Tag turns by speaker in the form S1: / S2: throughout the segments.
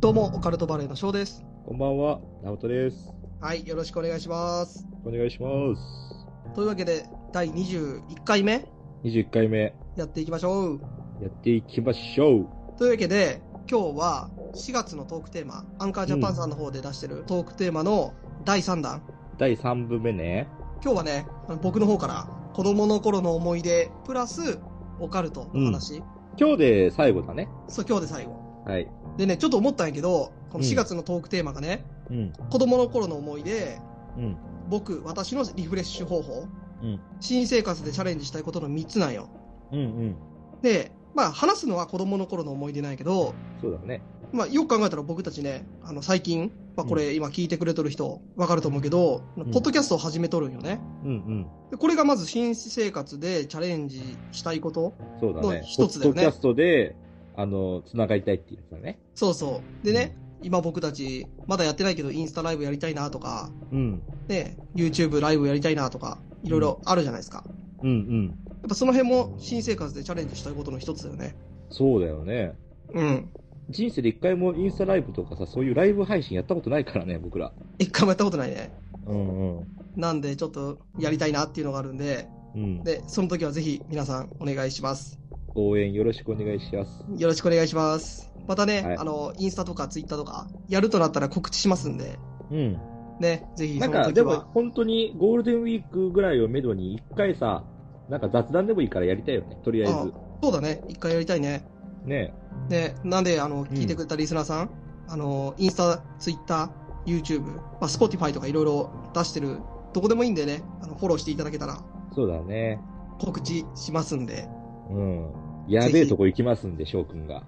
S1: どうも、オカルトバレーの翔です。
S2: こんばんは、直人です。
S1: はい、よろしくお願いします。
S2: お願いします。
S1: というわけで、第21回目、
S2: 21回目、
S1: やっていきましょう。
S2: やっていきましょう。
S1: というわけで、今日は4月のトークテーマ、アンカージャパンさんの方で出してるトークテーマの第3弾。
S2: 第3部目ね。
S1: 今日はね、あの僕の方から、子供の頃の思い出、プラス、オカルトの話。
S2: 今日で最後だね。
S1: そう、今日で最後。
S2: はい。
S1: でね、ちょっと思ったんやけど、この
S2: うん
S1: 4月のトークテーマがね、
S2: うん。
S1: 子供の頃の思い出、
S2: うん。
S1: 僕、私のリフレッシュ方法、
S2: うん
S1: 新生活でチャレンジしたいことの3つなんよ。
S2: うんうん。
S1: で、まあ話すのは子供の頃の思い出なんやけど、
S2: そうだね。
S1: まあよく考えたら僕たちね、あの最近、まあこれ今聞いてくれとる人わかると思うけど、
S2: ん
S1: ポッドキャストを始めとるんよね。
S2: うん
S1: でこれがまず新生活でチャレンジしたいこと。
S2: うん。そうだ
S1: の
S2: ね。
S1: 一つだよね
S2: ポッドキャストで、あの、繋がりたいっていうやつだね。
S1: そうそう。でね、今僕たちまだやってないけどインスタライブやりたいなとか、
S2: うん。
S1: ね、YouTube ライブやりたいなとか、いろいろあるじゃないですか。
S2: うんうん。
S1: やっぱその辺も新生活でチャレンジしたいことの一つだよね。
S2: そうだよね。
S1: うん。
S2: 人生で一回もインスタライブとかさ、そういうライブ配信やったことないからね、僕ら。
S1: 一回もやったことないね。
S2: うんうん。
S1: なんでちょっとやりたいなっていうのがあるんで、
S2: うん。
S1: で、その時はぜひ皆さんお願いします。
S2: 応援よろしくお願いします。
S1: よろしくお願いします。またね、
S2: はい
S1: あの、インスタとかツイッターとか、やるとなったら告知しますんで、
S2: うん。
S1: ね、ぜひ
S2: な
S1: そ
S2: ん
S1: の
S2: か、
S1: 時
S2: でも
S1: は。
S2: 本当にゴールデンウィークぐらいをめどに、一回さ、なんか雑談でもいいからやりたいよね、とりあえ
S1: あそうだね、一回やりたいね。
S2: ず。ね
S1: ね、なんで、あの、聞いてくれたリスナーさん、あの、インスタ、ツイッター、YouTube、まあ、Spotify とかいろいろ出してる、どこでもいいんでね、あの、フォローしていただけたら
S2: そうだね。
S1: 告知しますんで。
S2: うん。やべえとこ行きますんで、翔くんが。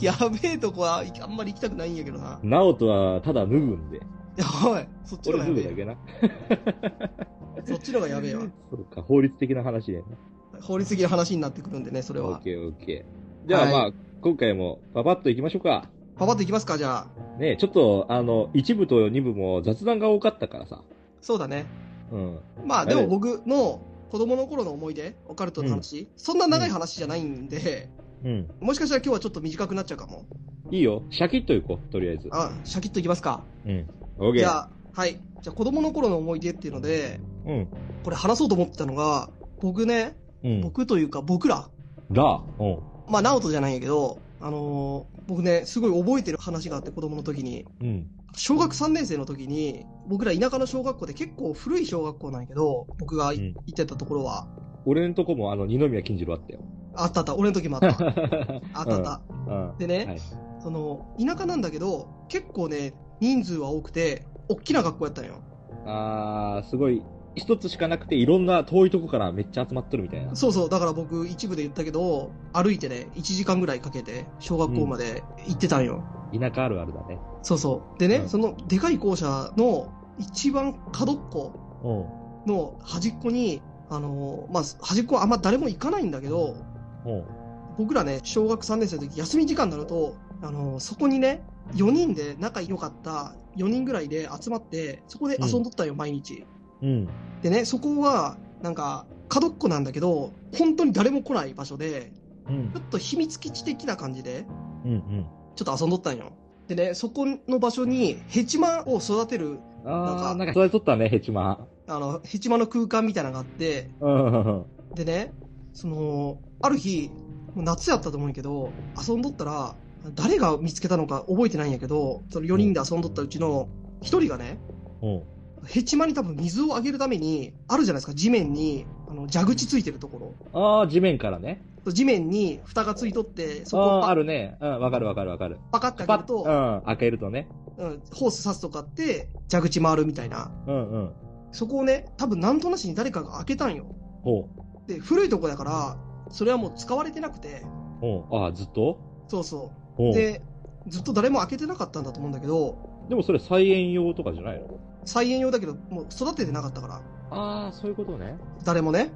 S1: やべえとこは、いあんまり行きたくないんやけどな。
S2: ナオトはただ脱ぐんで。
S1: いやおい、そっちの
S2: 俺
S1: が
S2: 脱
S1: やべ
S2: ぐ
S1: え
S2: だけな。
S1: よ。そっちのがやべえわ。
S2: そうか、法律的な話でね。
S1: 法律的な話になってくるんでね、それ
S2: オ
S1: は
S2: ッ。ケーオッケー。じゃあまあ、今回もパパッと行きましょうか。
S1: パパッといきますか、じゃあ。
S2: ねちょっと、あの、一部と二部も雑談が多かったからさ。
S1: そうだね。
S2: うん。
S1: まあ
S2: あれ
S1: でも僕の子供の頃の思い出、オカルトの話、そんな長い話じゃないんで、
S2: うん。
S1: もしかしたら今日はちょっと短くなっちゃうかも。
S2: いいよ。シャキッと行こう、とりあえず。
S1: あ、シャキッといきますか。
S2: うん。オッケー。
S1: じゃあ、はい。じゃあ子供の頃の思い出っていうので、
S2: うん。
S1: これ話そうと思ってたのが、僕ね、
S2: うん。
S1: 僕というか僕ら、
S2: だ。うん。
S1: まあ直人じゃないんやけど、あのー僕ね、すごい覚えてる話があって子供の時に、
S2: うん。
S1: 小学3年生の時に、僕ら田舎の小学校で結構古い小学校なんやけど、僕がい
S2: うん
S1: 行ってたところは、
S2: 俺のとこもあの二宮金次郎あ ったよ。
S1: あったあった、俺の時 もあった。あ
S2: あ
S1: ったあった。。
S2: うん。
S1: でね、
S2: はい
S1: その田舎なんだけど結構ね人数は多くて大きな学校やったのよ
S2: あー、すごい。一つしかなくて、いろんな遠いとこからめっちゃ集まっとるみたいな。
S1: そうそうだから僕一部で言ったけど歩いてね1時間ぐらいかけて小学校まで行ってたんよ、
S2: 田舎あるあるだね。
S1: そうそうでね、
S2: うん
S1: そのでかい校舎の一番角っこ
S2: うん。
S1: の端っこにあのーまあ端っこはあんま誰も行かないんだけど
S2: うん。
S1: 僕らね小学3年生の時休み時間になるとあのーそこにね4人で仲良かった4人ぐらいで集まってそこで遊んどったんよ、毎日
S2: うん。
S1: でね、そこは、なんか、角っこなんだけど、本当に誰も来ない場所で、
S2: うん
S1: ちょ。っと秘密基地的な感じで、
S2: うん。
S1: ちょっと遊んどったんよ。でね、そこの場所に、ヘチマを育てる、
S2: あー、
S1: な
S2: なんか、それとったね、ヘチマ。
S1: あの、ヘチマの空間みたいなのがあって、
S2: うん。
S1: でね、その、ある日、もう夏やったと思うんやけど、遊んどったら、誰が見つけたのか覚えてないんやけど、その4人で遊んどったうちの1人がね、
S2: うん。
S1: ヘチマに多分水をあげるために、あるじゃないですか、地面に、あの、蛇口ついてるところ。
S2: あー、地面からね。
S1: 地面に蓋がついとって、そこを
S2: あー、
S1: パ
S2: あるね。うん、わかるわかるわかる。
S1: パカって
S2: パ
S1: 開ける
S2: ッ
S1: と、
S2: と、うん、開けるとね。
S1: うんホース刺すとかあって、蛇口回るみたいな。
S2: うんうん。
S1: そこをね、多分なんとなしに誰かが開けたんよ。
S2: ほ
S1: で、古いとこだから、それはもう使われてなくて、
S2: う。うん。ああ、ずっと
S1: そうそうう。
S2: ん。
S1: で、
S2: で
S1: ずっと誰も開けてなかったんだと思うんだけど、
S2: もそれ菜園用とかじゃないの
S1: 菜園用だけど、もう育ててなかったから、
S2: ああ、そういうことね。
S1: 誰もね。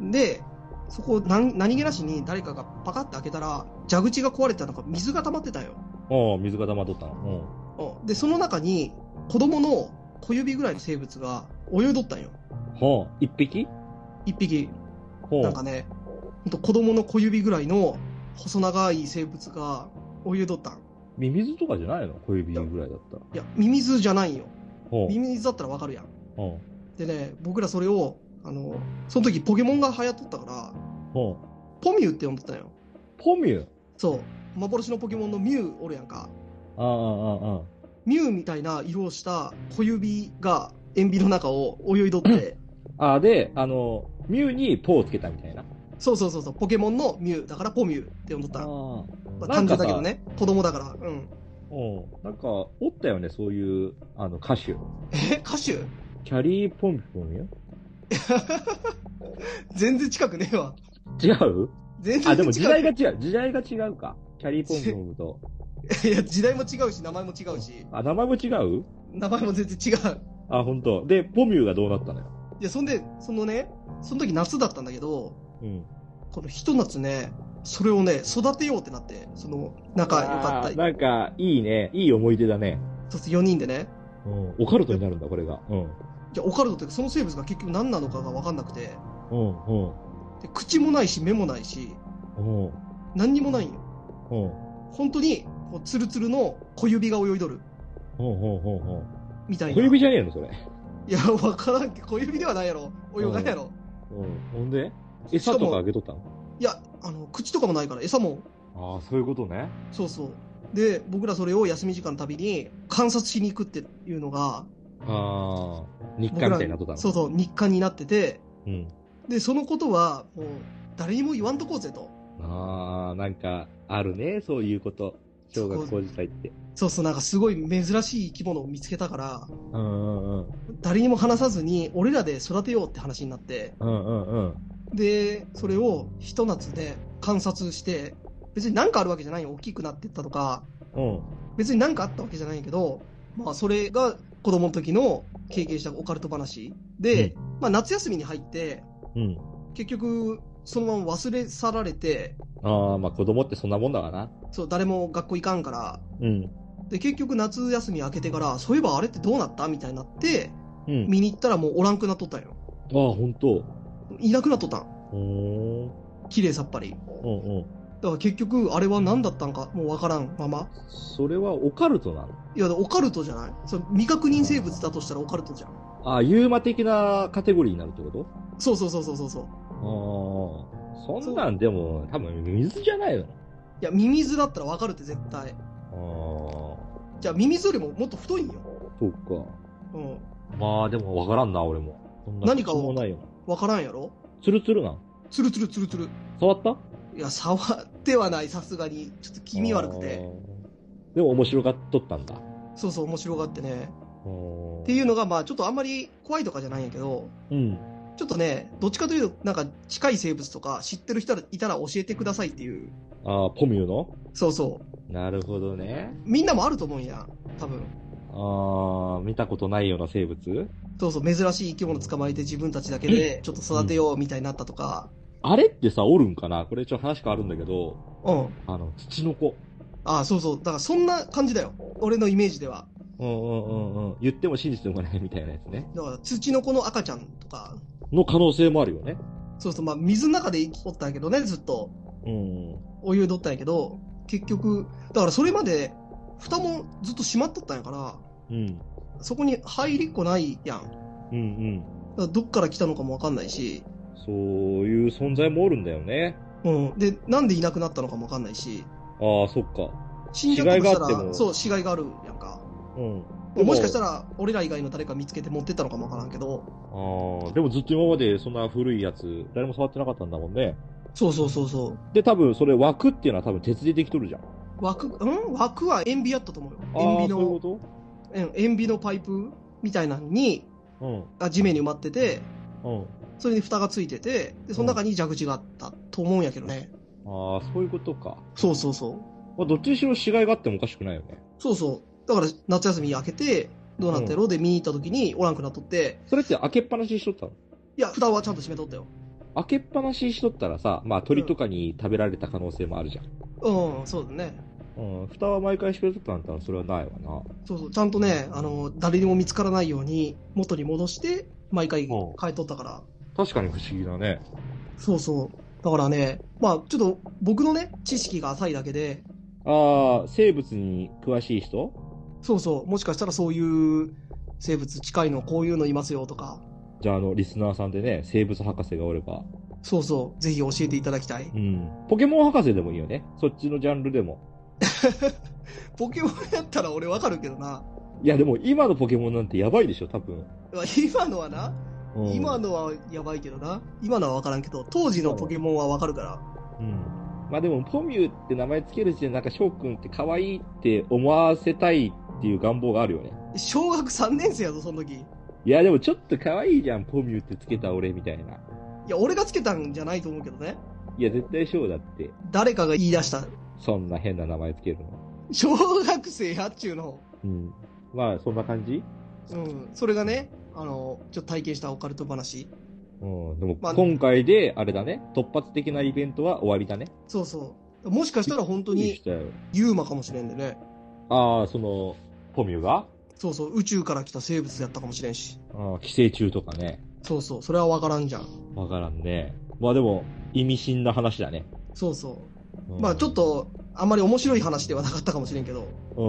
S2: うん。
S1: で、そこ何、何気なしに誰かがパカって開けたら、蛇口が壊れてたのか、水が溜まってたよ。
S2: ああ、水が溜まっとったの。
S1: うんで、その中に、子供の小指ぐらいの生物が泳いどったんよ。
S2: うん。ほう。一匹
S1: 一匹。
S2: ほう。
S1: なんかね、ほんと子供の小指ぐらいの細長い生物が泳いどったん。
S2: ミミズとかじゃないの小指ぐらいだったら。
S1: いや、ミミズじゃないんよ。
S2: ほう
S1: ミ。ミズだったらわかるやん。
S2: ほ
S1: でね、僕らそれを、あの、その時ポケモンが流行っとったから、
S2: う。ほう。
S1: ポミューって呼んでたんよ。
S2: ポミュ
S1: そう。幻のポケモンのミュウおるやんか。
S2: ああ、ああ、ああ。
S1: ミュウみたいな色をした小指が塩ビの中を泳いどって、
S2: ああ、で、あの、ミュウにポをつけたみたいな。
S1: そうそうそうそう、ポケモンのミュウだからポミュウって呼んどった。
S2: あ。
S1: まあ、
S2: なん
S1: 単純
S2: かさ
S1: だけどね、子供だから。うん。
S2: うん。なんか、おったよね、そういう、あの、歌手。
S1: え、歌手
S2: キャリーポンポンよ。
S1: 全然近くねえわ。
S2: 違う
S1: 全然
S2: あ、で も時代
S1: 近
S2: が違う。時代が違うか。キャリーポンポンと。
S1: く。いや、時代も違うし、名前も違うし、
S2: あ、名前も違う
S1: 名前も全然違う。
S2: あ、本当。で、ポミューがどうなったのよ。
S1: いや、そんで、そのね、その時夏だったんだけど、
S2: うん。
S1: このひと夏ね、それをね、育てようってなって、その、仲良かった
S2: あー。なんか、いいね。いい思い出だね。
S1: そう4人でね。
S2: うん。オカルトになるんだ、これが。うん。
S1: じゃオカルトっていうかその生物が結局何なのかが分かんなくて、
S2: うん、うん。
S1: で口もないし、目もないし、
S2: うん。
S1: 何にもないんよ。
S2: うん。うん。
S1: 本当に、こう、ツルツルの小指が泳いどる、
S2: うん。うん。うん。
S1: みたいな。
S2: 小指じゃねえの、それ。
S1: いや、分からんけど、小指ではないやろ。泳がんやろ。
S2: うん。ほんで餌とかあげとったの
S1: いや、あの、口とかもないから、餌も、
S2: ああ、そういうことね。
S1: そうそう。で、僕らそれを休み時間のたびに観察しに行くっていうのが、
S2: ああ、日
S1: 僕ら
S2: 課みたいになっとったの。
S1: そうそう、日課になってて、
S2: うん。
S1: で、そのことは、もう、誰にも言わんとこうぜと。
S2: ああ、なんか、あるね、そういうこと。小学校時代って。
S1: そうそう、なんかすごい珍しい生き物を見つけたから、
S2: うんうんうん。
S1: 誰にも話さずに、俺らで育てようって話になって、
S2: うんうんうん。
S1: で、それをひと夏で観察して、別に何かあるわけじゃないよ。大きくなってったとか、
S2: うん。
S1: 別に何かあったわけじゃないけど、まあ、それが子供の時の経験したオカルト話で、まあ、夏休みに入って、
S2: うん。
S1: 結局、そのまま忘れ去られて、
S2: ああ、まあ子供ってそんなもんだからな。
S1: そう、誰も学校行かんから、
S2: うん。
S1: で、結局夏休み明けてから、そういえばあれってどうなったみたいになって、
S2: うん。
S1: 見に行ったらもうおらんくなっとったんよ。
S2: ああ、ほんと。
S1: いなくなっとったん。
S2: うーん。
S1: 綺麗さっぱり。
S2: うんうん。
S1: だから結局、あれは何だったんか、もうわからんまま。
S2: それはオカルトなの
S1: いや、オカルトじゃないその未確認生物だとしたらオカルトじゃん。
S2: ああ、ユーマ的なカテゴリーになるってこと
S1: そうそうそうそうそうそう。
S2: ああ。そんなんでも、多分水じゃないの。
S1: いや、ミミズだったらわかるって絶対。
S2: あ
S1: じゃあ、ミミズよりももっと太いんよ。
S2: あ。そうか。
S1: うん。
S2: まあでもわからんな、俺も。そんな
S1: 何かを
S2: 口もないよな。
S1: わからんやろ
S2: ツルツルなん。
S1: ツルツルツルツル。
S2: 触った
S1: いや、触ってはない、さすがに。ちょっと気味悪くて。。
S2: あーでも面白がっとったんだ。
S1: そうそう、面白がってね。
S2: っ
S1: っていうのが、まあ、ちょっとあんまり怖いとかじゃないんやけど、
S2: うん。
S1: ちょっとね、どっちかというと、なんか、近い生物とか、知ってる人いたら教えてくださいっていう。
S2: ああ、ポミューの
S1: そうそう。
S2: なるほどね。
S1: みんなもあると思うんや。多分。
S2: ああ、見たことないような生物
S1: そうそう、珍しい生き物捕まえて自分たちだけで、ちょっと育てようみたいになったとか。
S2: あれってさ、おるんかなこれちょっと話変わるんだけど、
S1: うん。
S2: あの、ツチノコ。
S1: ああ、そうそう。だから、そんな感じだよ。俺のイメージでは。
S2: うんうんうんうん。言っても信じてもらえみたいなやつね。
S1: だから、土の子の赤ちゃんとか、
S2: の可能性もあるよね。
S1: そうそう、まあ、水の中で生きとったんやけどね、ずっと。
S2: うん。
S1: 泳いどったんやけど、結局、だからそれまで、蓋もずっと閉まっとったんやから、
S2: うん。
S1: そこに入りっこないやん。だか
S2: うんうん。
S1: らどっから来たのかもわかんないし、
S2: そういう存在もおるんだよね。
S1: うん。で、なんでいなくなったのかもわかんないし、
S2: ああ、そっか。
S1: 死んじゃったとした
S2: 死骸があって
S1: ら、
S2: も
S1: そう、死骸があるやんか。
S2: うん。
S1: もしかしたら、俺ら以外の誰か見つけて持ってったのかもわからんけど、
S2: ああ、でもずっと今までそんな古いやつ、誰も触ってなかったんだもんね。
S1: そうそうそうそう。
S2: で、多分それ枠っていうのは多分鉄でできとるじゃん。
S1: 枠、うん枠は塩ビやったと思うよ。塩
S2: ああ、
S1: ビ
S2: そういう
S1: の、
S2: こ
S1: うん塩ビのパイプみたいなのに、
S2: とうん。
S1: が地面に埋まってて、
S2: うん。
S1: それに蓋がついてて、でその中に蛇口があったと思うんやけどね。
S2: あああ、そういうことか。
S1: そうそうそう。
S2: まあ、どっちにしろ死骸があってもおかしくないよね。
S1: そうそう。だから夏休み明けて、どうなったやろで見に行った時におらんくなっとって、
S2: それって開けっぱなしにしとったの
S1: いや、蓋はちゃんと閉めとったよ。
S2: 開けっぱなしにしとったらさ、まあ鳥とかに食べられた可能性もあるじゃん。
S1: うん、そうだね。
S2: うん、蓋は毎回閉めとったんだったらそれはないわな。
S1: そうそう、ちゃんとね、あの、誰にも見つからないように元に戻して、毎回
S2: うん
S1: 変えとったから。
S2: 確かに不思議だね。
S1: そうそう。だからね、まあちょっと僕のね、知識が浅いだけで、
S2: ああ、生物に詳しい人
S1: そうそう、もしかしたらそういう生物近いの、こういうのいますよとか、
S2: じゃあ、あの、リスナーさんでね、生物博士がおれば。
S1: そうそう、ぜひ教えていただきたい。
S2: うん。ポケモン博士でもいいよね。そっちのジャンルでも。
S1: ポケモンやったら俺わかるけどな。
S2: いや、でも今のポケモンなんてやばいでしょ、多分。
S1: 今のはな、
S2: うん、
S1: 今のはやばいけどな、今のはわからんけど、当時のポケモンはわかるから。
S2: うん。まあでも、ポミューって名前つける時点で、なんか、翔くんって可愛いって思わせたいっていう願望があるよね。
S1: 小学3年生やぞ、その時。い
S2: いや、でもちょっと可愛いじゃん、ポミューってつけた俺みたいな。
S1: や、俺がつけたんじゃないと思うけどね。
S2: いや、絶対翔だって、
S1: 誰かが言い出した。
S2: そんな変な名前つけるの。
S1: 小学生やっちゅうの。
S2: うん。まあ、そんな感じ
S1: うん。それがね、あの、ちょっと体験したオカルト話。
S2: うん。でも、
S1: まあ
S2: 今回で、あれだね、突発的なイベントは終わりだね。
S1: そうそう。もしかしたら本当
S2: いい
S1: に
S2: 人よ。
S1: ユーマかもしれんでね。
S2: ああ、その、ポミュが
S1: そうそう、宇宙から来た生物やったかもしれんし。
S2: ああ寄生虫とかね。
S1: そうそう、それはわからんじゃん。
S2: わからんね。まあでも、意味深な話だね。
S1: そうそうう。
S2: ん
S1: まあちょっ。と、あんまり面白い話ではなかったかもしれんけど、
S2: う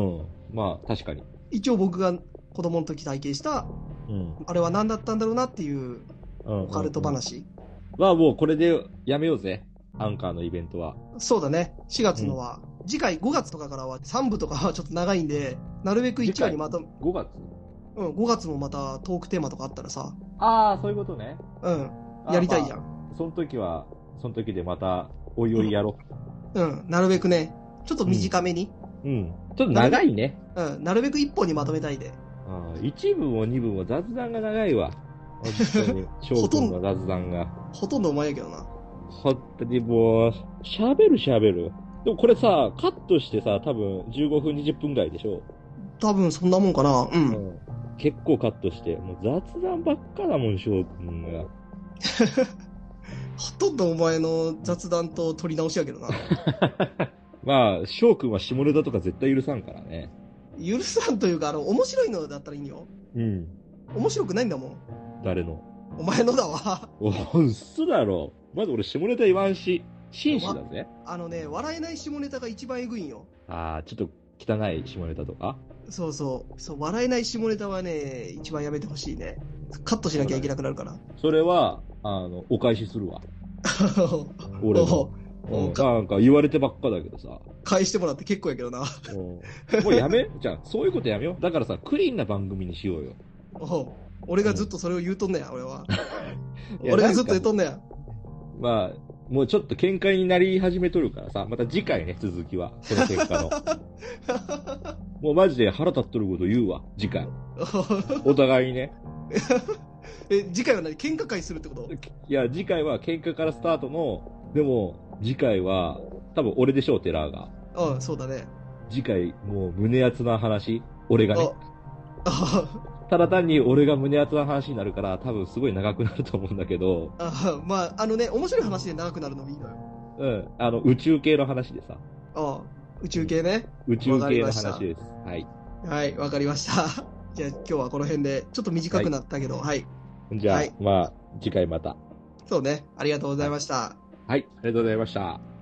S2: ん。まあ、確かに。
S1: 一応僕が子供の時体験した、
S2: うん。
S1: あれは何だったんだろうなっていう
S2: オ
S1: オカルト。話。
S2: まあもうこれでやめようぜ。アンカーのイベントは。
S1: そうだね、4月のは、次回5月とかからは3部とかはちょっと長いんで、なるべく1話にまた、うん、
S2: 5月
S1: 5月もまたトークテーマとかあったらさ、
S2: ああ、そういうことね。
S1: うん、やりたいじゃ
S2: ん。
S1: ん。
S2: その時は、その時でまた、おいおいやろ
S1: うん、なるべくね、ちょっと短めに、
S2: う。うん。ちょっと長いね。
S1: うん、なるべく1本にまとめたいで。
S2: あー一部も二部も雑談が長いわ。本 当に。
S1: ほと
S2: 翔く
S1: ん
S2: ん
S1: ど
S2: の雑談が。
S1: ほとんどお前やけどな。
S2: 本当にもう、喋る喋る。でもこれさ、カットしてさ、多分15分20分ぐらいでしょ。
S1: 多分そんなもんかな。うん。
S2: うん結構カットして。もう雑談ばっかだもん、翔くんが。
S1: ほとんどお前の雑談と取り直しやけ どな。
S2: まあ、翔くんは下ネタとか絶対許さんからね。
S1: 許さんというか、あの、面白いのだったらいいよ。
S2: うん。
S1: 面白くないんだもん。
S2: 誰の。
S1: お前のだわ。
S2: おうっそだろ。まず俺下ネタ言わんし、紳士だぜ。
S1: あのね、笑えない下ネタが一番えぐいんよ。
S2: ああ、ちょっと汚い下ネタとか。
S1: そうそう。そう、笑えない下ネタはね、一番やめてほしいね。カットしなきゃいけなくなる から。
S2: それは、あの、お返しするわ。俺
S1: お
S2: の。うんなんか言われてばっかだけどさ。
S1: 返してもらって結構やけどな。
S2: うんもうやめ、じゃあ、そういうことやめよう。だからさ、クリーンな番組にしようよ。
S1: お俺がずっとそれを言うとんねや、俺は。
S2: いや
S1: 俺がずっと言うとんねや。
S2: まあ、もうちょっと見解になり始めとるからさ、また次回ね、続きは。その結果の。 もうマジで腹立っとること言うわ、次回。お互いにね。
S1: え、次回は何喧嘩会するってこと
S2: いや、次回は喧嘩からスタートの、でも、次回は、多分俺でしょう、テラーが。
S1: うん、そうだね。
S2: 次回、もう胸熱な話、俺がね。
S1: あ
S2: ただ単に俺が胸熱な話になるから、多分すごい長くなると思うんだけど、
S1: あ、まあ、あのね、面白い話で長くなるのもいいのよ。
S2: うん、あの、宇宙系の話でさ。
S1: ああ、宇宙系ね。
S2: 宇宙
S1: わかり
S2: 系
S1: ま
S2: の
S1: した
S2: 話です。はい。
S1: はい、わかりました。 じゃあ今日はこの辺で、ちょっと短くなったけど、はい。
S2: じゃあ、
S1: はい
S2: まあ、次回また。
S1: そうね、ありがとうございました。
S2: はい、ありがとうございました。